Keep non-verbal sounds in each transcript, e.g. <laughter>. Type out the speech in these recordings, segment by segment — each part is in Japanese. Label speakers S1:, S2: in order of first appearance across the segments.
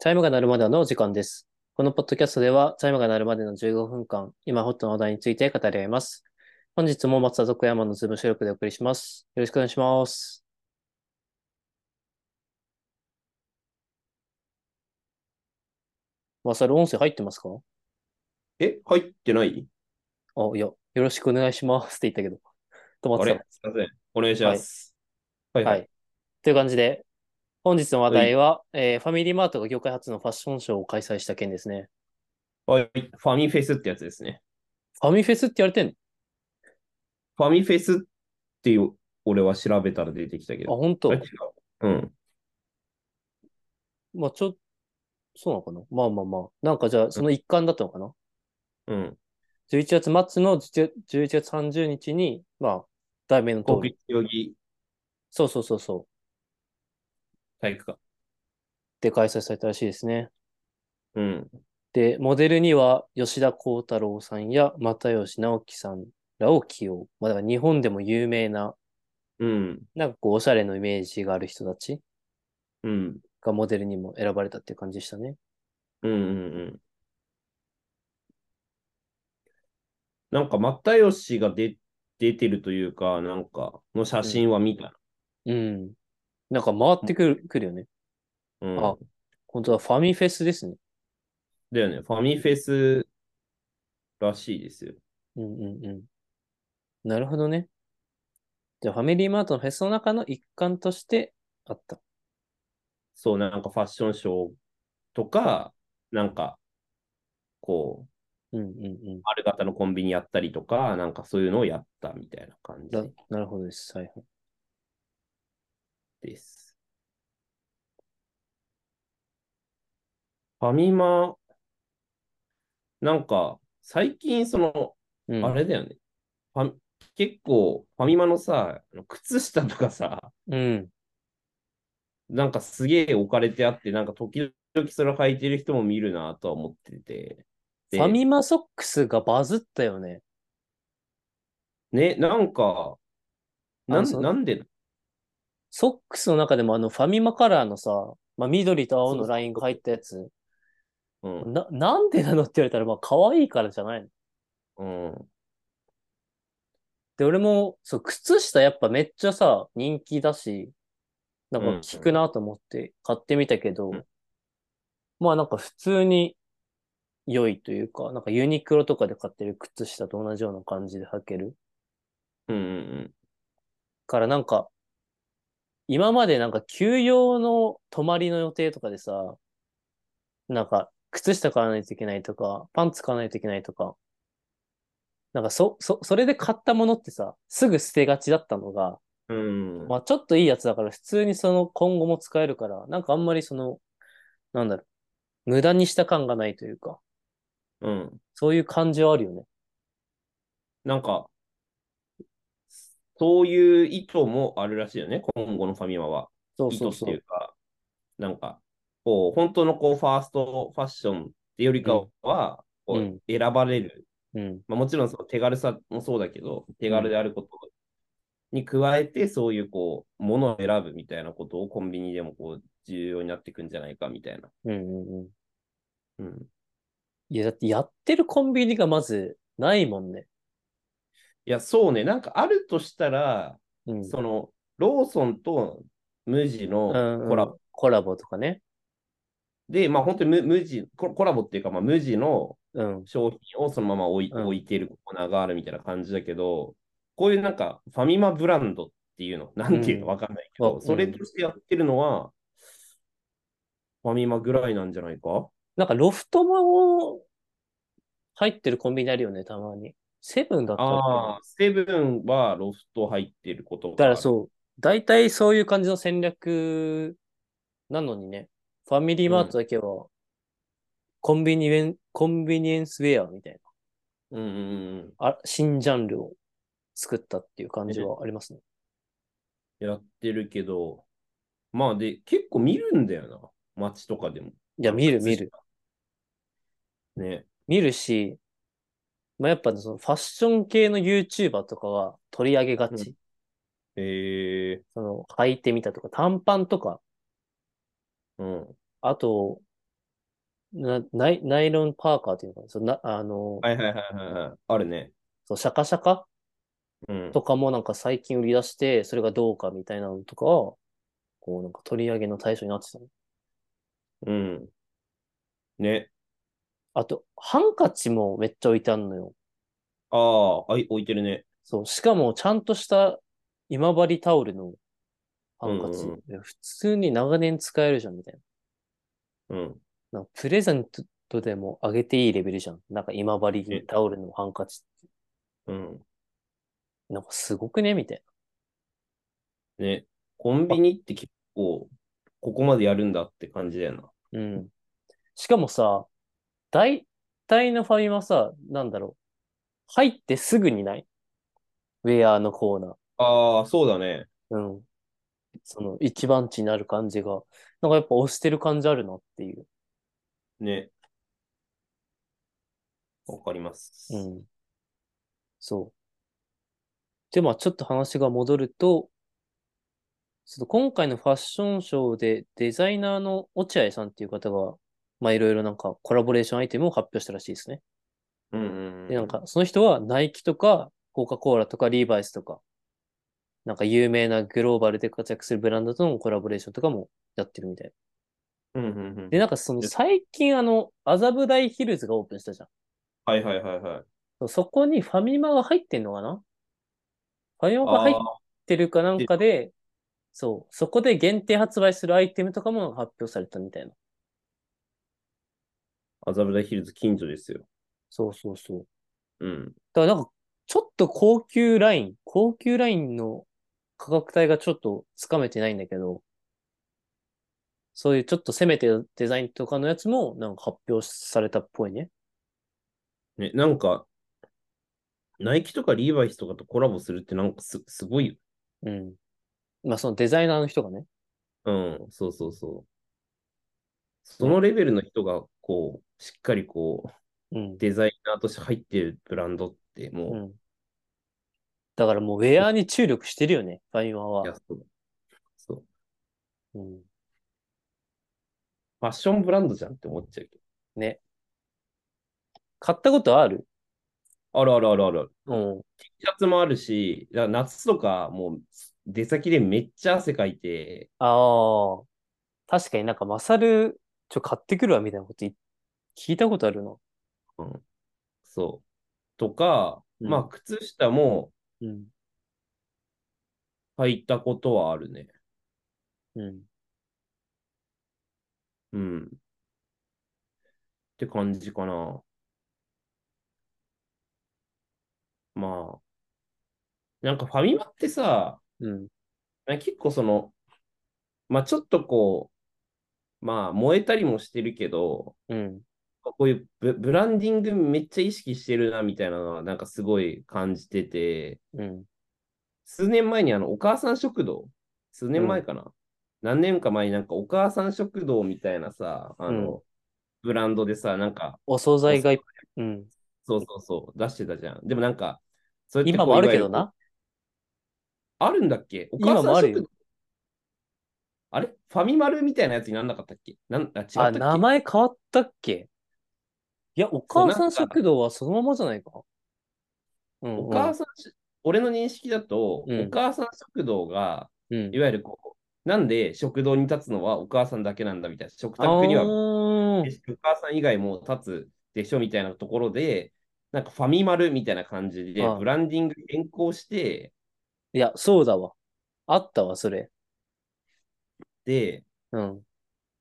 S1: チャイムが鳴るまでのお時間です。このポッドキャストでは、チャイムが鳴るまでの15分間、今ホットな話題について語り合います。本日も松田徳山のズーム収録でお送りします。よろしくお願いします。マサル音声入ってますか
S2: え、入ってない
S1: あ、いや、よろしくお願いしますって言ったけど。止まっ
S2: あ
S1: てた
S2: れすいません。お願いします。はい
S1: は
S2: はいい。。
S1: という感じで、本日の話題は、えーファミリーマートが業界初のファッションショーを開催した件ですね。
S2: はい。ファミフェスってやつですね。
S1: ファミフェスって言われてんの
S2: ファミフェスっていう、俺は調べたら出てきたけ
S1: あ、
S2: ど。
S1: 本当
S2: あ違う。うん。
S1: まあ、ちょ、そうなのかなまあまあまあ。なんかじゃあ、その一環だったのかな、
S2: うん。
S1: ?11 月末の10 11月30日に、まあ、題名の通
S2: 国
S1: り。
S2: 立競技
S1: そうそうそうそう。
S2: 体育館。
S1: で開催されたらしいですね。
S2: うん。
S1: で、モデルには吉田鋼太郎さんや又吉直樹さんらを起用。まあ、だから日本でも有名な、
S2: うん。
S1: なんかこう、おしゃれのイメージがある人たち
S2: うん。
S1: がモデルにも選ばれたっていう感じでしたね。
S2: うん。うん。うん。なんか、又吉が出出てるというか、なんか、の写真は見た。
S1: うん。なんか回ってくるくるよね。
S2: うん。
S1: あ本当だ、ファミフェスですね。
S2: だよね。ファミフェスらしいですよ。
S1: うんうんうん。なるほどね。じゃあ、ファミリーマートのフェスの中の一環としてあった。
S2: そう、なんかファッションショーとか、なんか、こ
S1: う
S2: う、
S1: んうんうん。
S2: 丸型のコンビニやったりとか、なんかそういうのをやったみたいな感
S1: だ
S2: じ
S1: なるほどです。はいはい。
S2: です。ファミマ、なんか、最近、その、
S1: うん、
S2: あれだよね。ファミ結構、ファミマのさ、あの靴下とかさ、
S1: うん。
S2: なんかすげえ置かれてあって、なんか時々それを履いてる人も見るなとは思ってて。
S1: フ
S2: で
S1: ァミマソックスがバズったよね。
S2: ね、なんか、な
S1: あそ
S2: んなんで、
S1: ソックスの中でもあのファミマカラーのさ、まあ、緑と青のラインが入ったやつ。
S2: うん、
S1: な、なんでなのって言われたら、まあ、可愛いからじゃないの。
S2: うん、
S1: で、俺も、そう、靴下やっぱめっちゃさ、人気だし、なんか効くなと思って買ってみたけど、
S2: うん
S1: まあなんか普通に良いというか、なんかユニクロとかで買ってる靴下と同じような感じで履ける。
S2: うん、うん、
S1: からなんか、今までなんか休養の泊まりの予定とかでさ、なんか靴下買わないといけないとか、パンツ買わないといけないとか、なんかそ、そ、それで買ったものってさ、すぐ捨てがちだったのが、
S2: うん、
S1: まあちょっといいやつだから普通にその今後も使えるから、なんかあんまりその、なんだろう、無駄にした感がないというか、
S2: うん。
S1: そういう感じはあるよね。
S2: なんか、そういう意図もあるらしいよね、今後のファミマは。
S1: そう
S2: 意
S1: そう
S2: 図って
S1: そ
S2: いうう。か、なんか、こう、本当のこう、ファーストファッションってよりかは、こう
S1: うん
S2: 選ばれる。
S1: うん。
S2: まあ、もちろんその手軽さもそうだけど、手軽であることに加えて、そういうこう、ものを選ぶみたいなことをコンビニでもこう、重要になってくんじゃないかみたいな。
S1: うんうんうん。
S2: うん。
S1: いや、だってやってるコンビニがまずないもんね。
S2: いや、そうね。なんかあるとしたら、
S1: うん。
S2: その、ローソンと無地
S1: うん
S2: の
S1: うん
S2: コラボ。
S1: コラボとかね。
S2: で、まあ本当に無無地コ、コラボっていうか、まあ無地の
S1: うん。
S2: 商品をそのまま置い,、
S1: うん
S2: 置いてるコーナーがあるみたいな感じだけど、こういうなんかファミマブランドっていうの、なんていう
S1: う
S2: の
S1: ん
S2: わかんないけど、
S1: わ
S2: それとしてやってるのは、ファミマぐらいなんじゃないか
S1: なんかロフトも入ってるコンビニあるよね、たまに。セブンだった
S2: ああ、セブンはロフト入ってること
S1: だから
S2: う。
S1: そう、大体そういう感じの戦略なのにね、ファミリーマートだけは、コンビニエン、コンビニエンスウェアみたい
S2: うんうんうん
S1: な、あ、新ジャンルを作ったっていう感じはありますね。
S2: うん。やってるけど、まあで、結構見るんだよな。街とかでも。
S1: いや、見る見る。。
S2: ね。
S1: 見るし、まあ、やっぱそのファッション系の YouTuber とかは取り上げがち。
S2: うんえ
S1: その、履いてみたとか、短パンとか、
S2: ー、うん。
S1: あと、なナイ、ナイロンパーカーっていうのかなそうな、あの、
S2: はいはいはいはいはい。あるね。
S1: そう、シャカシャカ
S2: うん。
S1: とかもなんか最近売り出して、それがどうかみたいなのとかは、こうなんか取り上げの対象になってたね。
S2: うん。ね。
S1: あと、ハンカチもめっちゃ置いてあんのよ。
S2: ああ、はい、置いてるね。
S1: そう、しかもちゃんとした今治タオルのハンカチ。
S2: うんうん
S1: いや普通に長年使えるじゃんみたい
S2: うん。
S1: な。なんかプレゼントでもあげていいレベルじゃん。なんか今治タオルのハンカチって。
S2: うん。
S1: なんかすごくねみたい
S2: ね。コンビニって結構、ここまでやるんだって感じだよな。
S1: な。うん。しかもさ、大体のファミマさ、なんだろう。入ってすぐにないウェアのコーナー。
S2: ああ、そうだね。
S1: うん。その一番地になる感じが、なんかやっぱ押してる感じあるなっていう。
S2: ね。わかります。
S1: うん。そう。で、まあちょっと話が戻ると、ちょっと今回のファッションショーでデザイナーの落合さんっていう方が、まあいろいろなんかコラボレーションアイテムを発表したらしいですね。
S2: うんうんうん。
S1: で、なんかその人はナイキとかコカ・コーラとかリーバイスとか、なんか有名なグローバルで活躍するブランドとのコラボレーションとかもやってるみたい。
S2: うんうんうん。
S1: で、なんかその最近あの、麻布台ヒルズがオープンしたじゃん。
S2: はいはいはいはい。
S1: そうそこにファミマが入ってんのかなファミマが入っ
S2: ああ
S1: てるかなんかで、そう、そこで限定発売するアイテムとかも発表されたみたいな。
S2: 麻布台ヒルズ近所ですよ。
S1: そうそうそう。
S2: うん。
S1: だからなんか、ちょっと高級ライン、高級ラインの価格帯がちょっとつかめてないんだけど、そういうちょっと攻めてるデザインとかのやつもなんか発表されたっぽいね。
S2: ね、なんか、ナイキとかリーバイスとかとコラボするってなんかすすごいよ。
S1: うん。まあそのデザイナーの人がね。
S2: うん、そうそうそう。そのレベルの人が、こう、しっかりこう、
S1: うん。
S2: デザイナーとして入ってるブランドって、
S1: う
S2: も
S1: ん。だからもうウェアに注力してるよね、ファミマ
S2: う、
S1: は。
S2: いやそうそう。
S1: うん。
S2: ファッションブランドじゃんって思っちゃうけ
S1: ね。買ったことある
S2: ど。あるあるあるある。
S1: うん。
S2: シャツもあるし、だから夏とか、もう、出先でめっちゃ汗かいて、
S1: ああ。確かになんか、マサル、ちょ、買ってくるわ、みたいなことい聞いたことあるな。
S2: うん、そう。とか、
S1: うん
S2: まあ、靴下も
S1: うん。
S2: 履いたことはあるね。
S1: うん。
S2: うん。って感じかな。まあ。なんかファミマってさ、
S1: うん。
S2: なんか結構その、まあちょっとこう、まあ燃えたりもしてるけど、
S1: うん。
S2: こういうブ、ブランディングめっちゃ意識してるなみたいなのはなんかすごい感じてて、
S1: うん。
S2: 数年前にあのお母さん食堂、数年前かな、何年か前になんかお母さん食堂みたいなさ、あの、ブランドでさ、なんか、
S1: お惣菜がい、うん。
S2: そうそうそう、出してたじゃん。でもなんか、それって
S1: 今
S2: こう
S1: もある
S2: いわゆ
S1: け
S2: る
S1: どな。
S2: あるんだっけお
S1: 今も
S2: 母さ
S1: あ
S2: ん
S1: る
S2: 食堂
S1: よ
S2: あれファミマルみたいなやつになんなかったっけなんあ違った
S1: あ、
S2: っけ
S1: 名前変わったっけいや、お母さん食堂はそのままじゃないか。うん、
S2: お母さんし、俺の認識だと、
S1: うん
S2: お母さん食堂が、
S1: うん。うん
S2: いわゆるこう、なんで食堂に立つのはお母さんだけなんだみたいな、食
S1: あ
S2: 卓にはお
S1: ー
S2: 母さん以外も立つでしょみたいなところで、なんかファミマルみたいな感じで
S1: ああ、
S2: ブランディング変更して、
S1: いや、そうだわ。あったわ、それ。
S2: で、
S1: うん。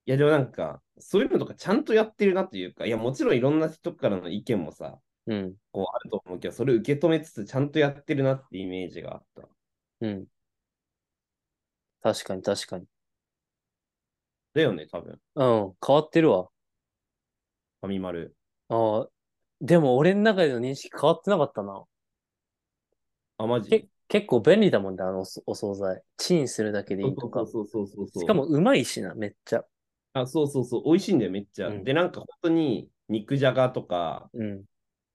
S2: いやでもなんか、そういうのとかちゃんとやってるなというか、いやもちろんいろんな人からの意見もさ、
S1: うん。
S2: こうあると思うけど、それ受け止めつつちゃんとやってるなってイメージがあった。
S1: うん。確かに、確かに。
S2: だよね、多分。
S1: うん、変わってるわ。
S2: ファミマル。
S1: ああ、でも俺の中での認識変わってなかったな。
S2: あ、マジ
S1: け結構便利だもんね、あのおそお惣菜。チンするだけでいいとか。
S2: そうそうそうそうそう。
S1: しかもうまいしな、めっちゃ。
S2: あ、そうそうそう、美味しいんだよ、めっちゃ。
S1: うん
S2: で、なんか本当に肉じゃがとか、
S1: うん。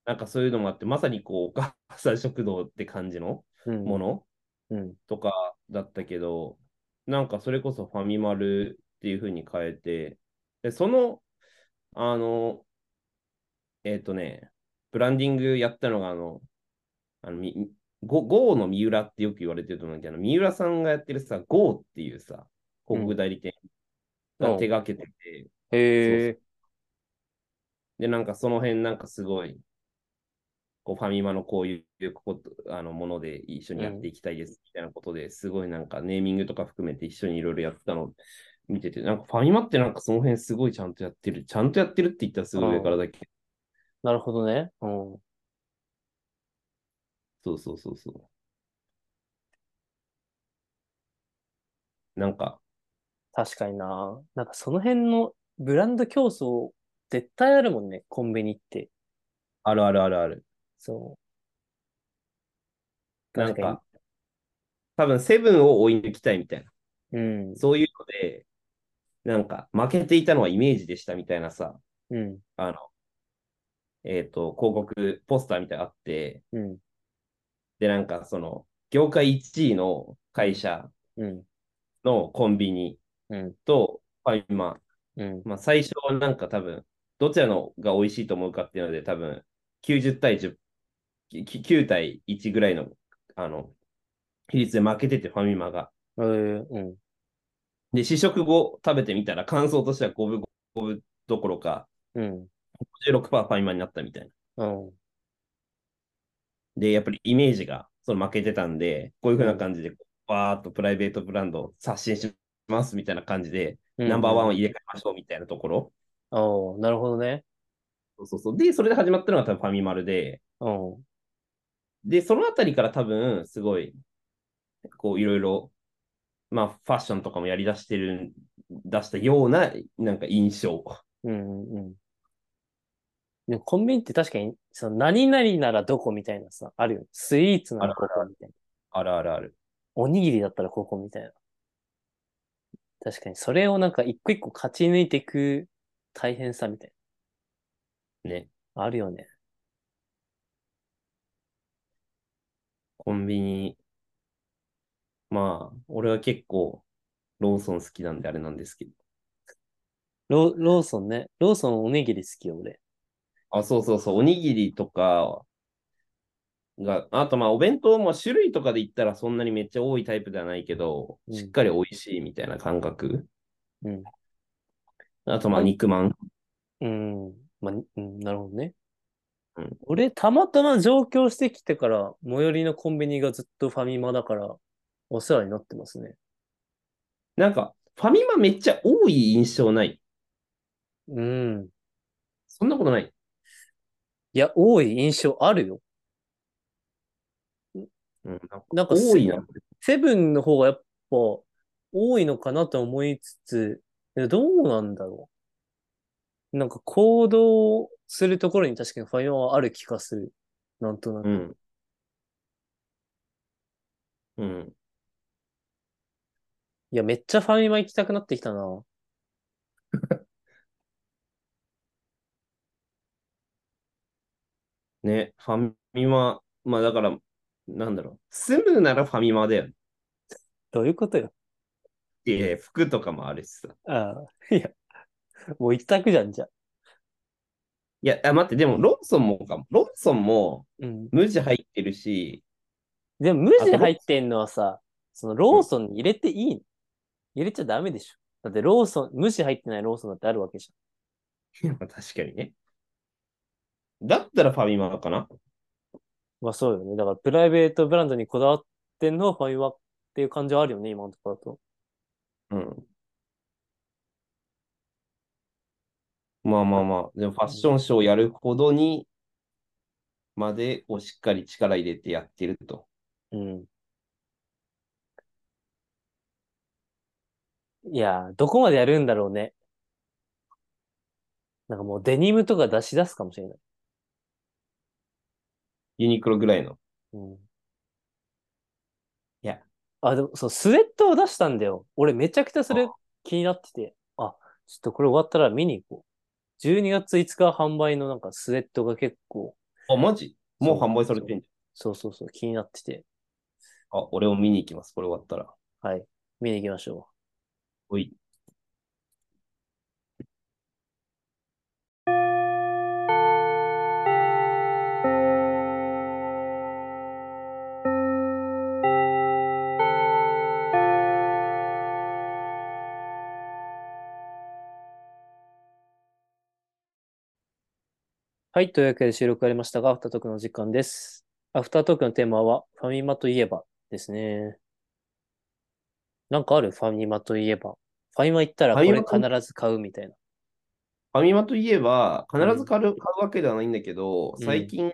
S2: なんかそういうのもあって、まさにこう、お母さん食堂って感じの
S1: うん。
S2: もの
S1: うん。
S2: とかだったけど、なんかそれこそファミマルっていう風に変えて、で、その、あの、えっ、とね、ブランディングやったのが、あの、あの、み、ゴ、ゴーの三浦ってよく言われてると思うんだけど、三浦さんがやってるさ、ゴーっていうさ、広告代理店が手がけてて、
S1: へえ。
S2: で、なんかその辺なんかすごい、こうファミマのこういうことあのもので一緒にやっていきたいですみたいなことですごいなんかネーミングとか含めて一緒にいろいろやってたのを見てて、なんかファミマってなんかその辺すごいちゃんとやってる。ちゃんとやってるって言ったらすごい上からだけど、
S1: なるほどね。うん。
S2: そうそうそうそう。なんか、
S1: 確かにな。なんかその辺のブランド競争絶対あるもんね、コンビニって。
S2: あるあるあるある。
S1: そう。
S2: なん
S1: 確か
S2: か、多分セブンを追い抜きたいみたいな。
S1: に。うん。
S2: そういうので、なんか負けていたのはイメージでしたみたいなさ、
S1: うん。
S2: あの、えっ、と、広告、ポスターみたいなのあって、
S1: うん。
S2: で、なんかその、業界1位の会社
S1: うん。
S2: のコンビニ
S1: うん。
S2: と、ファミマ、
S1: うん。
S2: まあ、最初はなんか多分、どちらのが美味しいと思うかっていうので、多分、90対10、き9対1ぐらいの、あの、比率で負けてて、ファミマが。
S1: えー、うん。
S2: で、試食後食べてみたら、感想としては5分、5分どころか、
S1: うん。
S2: 56%ファミマになったみたいな。
S1: うん。
S2: で、やっぱりイメージがその負けてたんで、こういうふうな感じで、バーっとプライベートブランドを刷新しますみたいな感じで、ナンバーワンを
S1: ン。
S2: 入れ替えましょうみたいなところ。
S1: おーなるほどね。
S2: そうそうそう。で、それで始まったのが多分ファミマルで、
S1: うん。
S2: で、そのあたりから多分、すごい、こう、いろいろ、まあ、ファッションとかもやり出してる、出したような、なんか印象。
S1: うんうんうん。でもコンビニって確かに、その何々ならどこみたいなさ、あるよね。スイーツならここみたいな。
S2: あるあるある。
S1: おにぎりだったらここみたいな。確かに、それをなんか一個一個勝ち抜いていく大変さみたい
S2: ね。
S1: な。あるよね。
S2: コンビニ。まあ、俺は結構、ローソン好きなんであれなんですけど。
S1: ロローソンね。ローソンおにぎり好きよ、俺。
S2: あ、そうそうそう、おにぎりとかが、あとまあお弁当も種類とかで言ったらそんなにめっちゃ多いタイプではないけど、
S1: うん
S2: しっかり美味しいみたいな感覚。
S1: うん。
S2: あとまあ肉まん。
S1: うん。まあ、うん、なるほどね。
S2: うん
S1: 俺、たまたま上京してきてから、最寄りのコンビニがずっとファミマだから、お世話になってますね。
S2: なんかファミマめっちゃ多い印象ない。
S1: うん。
S2: そんなことない。
S1: いや、多い印象あるよ。
S2: うん、なんか
S1: なんか
S2: 多いな。
S1: セブンの方がやっぱ多いのかなと思いつつ、いやどうなんだろう。なんか行動するところに確かにファイマはある気がする。なんとなく。
S2: うん。うん。
S1: いや、めっちゃファミマ行きたくなってきたな。
S2: ね、ファミマ、まあだから、なんだろう。住むならファミマだよね。
S1: どういうことよ。
S2: で、服とかもあるしさ。
S1: ああ、いや、もう一択じゃん、じゃあ。
S2: いや、あ、待って、でもローソンもかも。ローソンも、
S1: うん。
S2: 無地入ってるし、
S1: でも、無地入ってんのはさ、そのローソンに入れていいの入れちゃダメでしょ。だってローソン、無地入ってないローソンだってあるわけじ
S2: まあ確かにね。だったらファミマかな
S1: ゃん。まあそうよね。だからプライベートブランドにこだわってんのはファミマっていう感じはあるよね、今のところだと。
S2: うん。まあまあまあ、でもファッションショーやるほどにまでをしっかり力入れてやってると。
S1: うん。いやー、どこまでやるんだろうね。なんかもうデニムとか出し出すかもしれない。
S2: ユニクロぐらいの。
S1: うん。い
S2: や。
S1: あ、でも、そう、スウェットを出したんだよ。俺めちゃくちゃそれ気になってて。あ、ちょっとこれ終わったら見に行こう。12月5日販売のなんかスウェットが結構、
S2: あ、マジもう販売されてんじ
S1: そうそうそう、気になってて。
S2: ゃん。あ、俺を見に行きます。これ終わったら。
S1: はい。見に行きましょう。
S2: おい。
S1: はい、というわけで収録ありましたが、アフタートークのお時間です。アフタートークのテーマは、ファミマといえばですね。なんかあるファミマといえば。ファミマ行ったらこれ
S2: ファミ
S1: 必ず買うみたいな。
S2: ファミマといえば、必ず買う,、買うわけではないんだけど、
S1: うん
S2: 最近、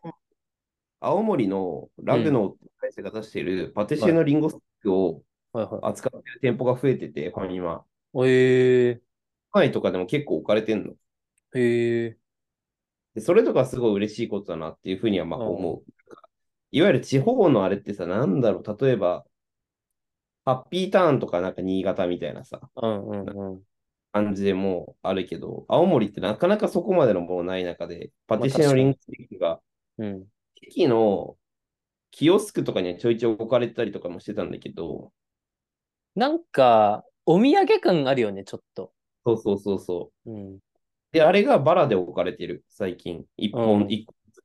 S2: 青森のラグノーって会社が出しているパティシエのリンゴスティックを
S1: はいはい。
S2: 扱ってる店舗が増えてて、ファミマ。
S1: おえ
S2: 都内とかでも結構置かれてんの。
S1: ー、へえ
S2: でそれとかすごい嬉しいことだなっていうふうにはまあ
S1: うん
S2: 思う。いわゆる地方のあれってさ、なんだろう、例えば、ハッピーターンとかなんか新潟みたいなさ、
S1: ー、うんうんうん。
S2: 感じでもうあるけど、青森ってなかなかそこまでのものない中で、パティシエのリンゴスティックが
S1: うん。
S2: 駅のキオスクとかにはちょいちょい置かれてたりとかもしてたんだけど、
S1: なんか、お土産感あるよね、ちょっと。
S2: そうそうそうそう。
S1: うん。
S2: で、あれがバラで置かれてる、最近。一
S1: う
S2: 本、
S1: ん
S2: 一個ずつ。っ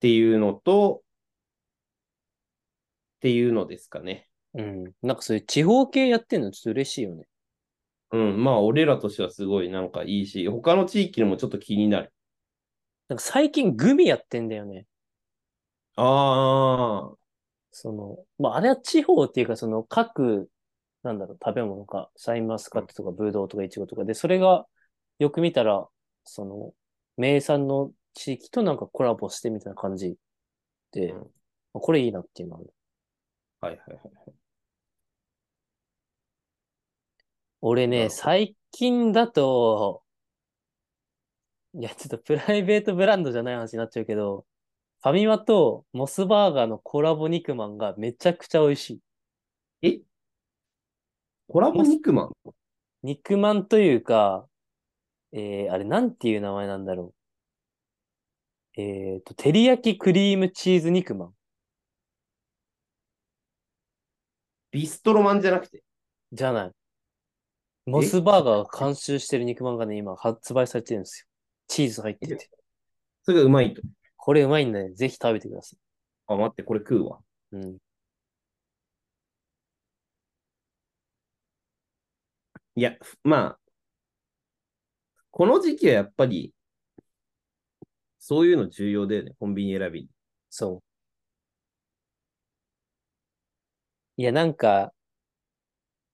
S2: ていうのと、っていうのですかね。
S1: うん。なんかそういう地方系やってんのちょっと嬉しいよね。
S2: うん、まあ、俺らとしてはすごいなんかいいし、他の地域のもちょっと気になる。
S1: なんか最近グミやってんだよね。
S2: ああ、
S1: その、まあ、あれは地方っていうか、その各、なんだろう、食べ物か、シャインマスカットとか、ブドウとか、イチゴとかで、それが、よく見たら、その、名産の地域となんかコラボしてみたいな感じで、
S2: うん
S1: まあこれいいなっていうのはある。
S2: はいはいはい。
S1: 俺
S2: な
S1: ね、
S2: るほど
S1: 最近だと、 <laughs> いや、ちょっとプライベートブランドじゃない話になっちゃうけど、ファミマとモスバーガーのコラボ肉まんがめちゃくちゃ美味しい。
S2: えコラボ肉まん
S1: 肉まんというか、えー、あれ、なんていう名前なんだろう。えっと、照り焼きクリームチーズ肉まん。
S2: ビストロマンじゃなくて。
S1: じゃない。モスバーガーが監修してる肉まんがね、今発売されてるんですよ。チーズ入ってて。
S2: それがうまいと。
S1: これうまいんで、ぜひ食べてくださ
S2: あ、待って、これ食うわ。
S1: い。うん。
S2: いや、まあ、この時期はやっぱり、そういうの重要だよね、コンビニ選び。
S1: そう。いや、なんか、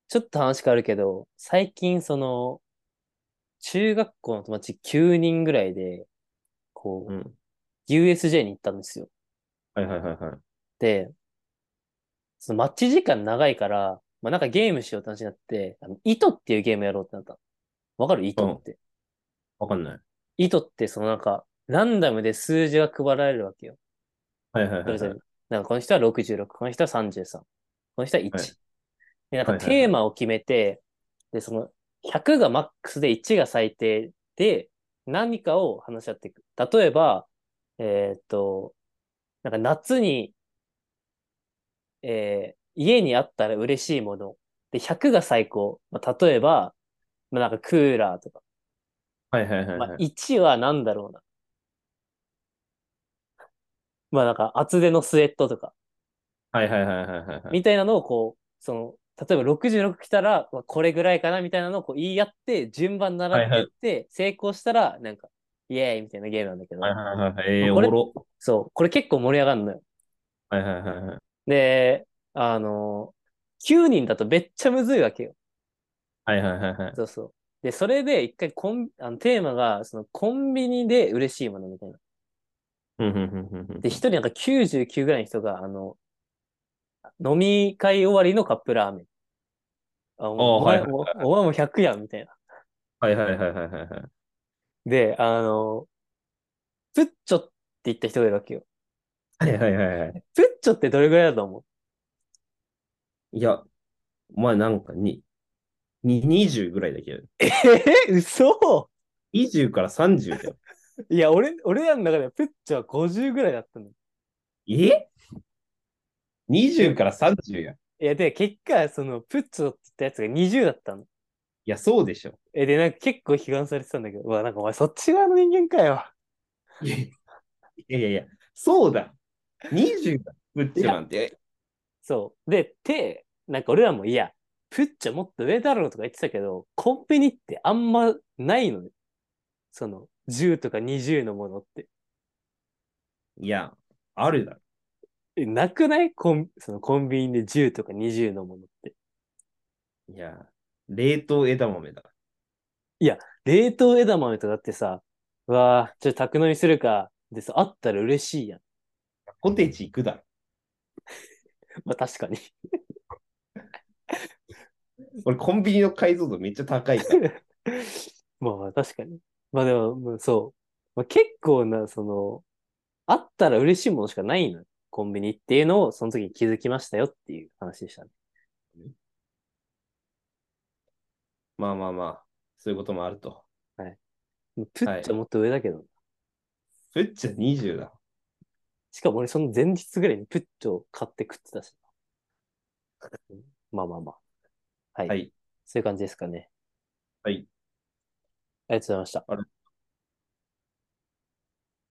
S1: ちょっと話変わるけど、最近、その、中学校の友達9人ぐらいで、こう、
S2: ん。
S1: USJ に行ったんですよ。
S2: はいはいはいはい。
S1: で、その待ち時間長いから、まあ、なんかゲームしようって話になって、あの、糸っていうゲームやろうってなった。わかる糸って。
S2: わかんない。
S1: 糸ってそのなんか、ランダムで数字が配られるわけよ。
S2: はいはい
S1: そ
S2: は
S1: れ
S2: い
S1: ぞ
S2: は
S1: れ
S2: い。。
S1: なんかこの人は66、この人は33、この人は1。
S2: はい
S1: で、なんか
S2: はいはいはい
S1: テーマを決めて、で、その100がマックスで1が最低で、何かを話し合っていく。例えば、えーっと、なんか夏に、えー家にあったら嬉しいもの。で、100が最高。まあ、例えば、まあ、なんかクーラーとか。
S2: はいはいはい
S1: ま
S2: は
S1: あ、
S2: い。
S1: 1は何だろうな。まあ、なんか厚手のスウェットとか。
S2: はいはいはいはいはいはい。
S1: みたいなのをこう、その、例えば66来たら、まあこれぐらいかなみたいなのをこう言い合って、順番並べていって、成功したら、なんか、イエーイみたいなゲームなんだけど、
S2: はいはいはいはい。えー、
S1: こ
S2: お
S1: れ
S2: もろ。
S1: そう、これ結構盛り上がるのよ。
S2: はいはいはいはい。
S1: で、あの9人だとめっちゃむずいわけよ。
S2: はいはいはいはい。
S1: そうそう。で、それで一回コン、あのテーマが、そのコンビニで嬉しいものみたいな。
S2: うんうんうんうんうん
S1: で、一人なんか99ぐらいの人が、あの、飲み会終わりのカップラーメン。あ、おお
S2: はい
S1: 前、
S2: はい
S1: おお前も100やん、みたいな。
S2: はいはいはいはいはいはい。
S1: で、あの、プッチョって言った人がいるわけよ。
S2: はいはいはいはい。
S1: プッチョってどれぐらいだと思う
S2: いや、お前なんかに、に20ぐらいだけど、
S1: ええ <laughs> 嘘
S2: 20から30だよ。
S1: いや、俺、俺らの中ではプッチョは50ぐらいだったの。い
S2: え ?20 から30や。い
S1: や、で、結果、その、プッチョって言ったやつが20だったの。
S2: や、そうでしょ。
S1: え、で、なんか結構批判されてたんだけど、うわ、なんかお前そっち側の人間かよ。
S2: いやいやいやいや、そうだ。20だ。ブッチョなんて。
S1: そう。で、て、なんか俺らも、いや、プッチョもっと上だろうとか言ってたけど、コンビニってあんまないのよ。その、 10とか20のものって。
S2: いや、あるだろ。
S1: え、なくないコンそのコンビニで10とか20のものって。
S2: いや、冷凍枝豆だ。
S1: 冷凍枝豆とかだってさ、うわぁ、ちょっと宅飲みするか。でさ、あったら嬉しいやん。 <laughs>
S2: ポテチ行くだろ。
S1: まあ確かに。 <laughs>
S2: 俺、コンビニの解像度めっちゃ高い <laughs> から。
S1: まあまあ確かに。まあでも、まあそう。まあ、結構な、その、あったら嬉しいものしかないのよ。コンビニっていうのを、その時に気づきましたよっていう話でしたね。
S2: まあまあまあ、そういうこともあると。
S1: もうプッチャもっと上だけど、
S2: プッチャ20だ。
S1: しかも俺その前日ぐらいにプッチョを買って食ってたし。まあまあまあ。はい。
S2: はい
S1: そういう感じですかね。
S2: はい。
S1: ありがとうございました。
S2: ありがとう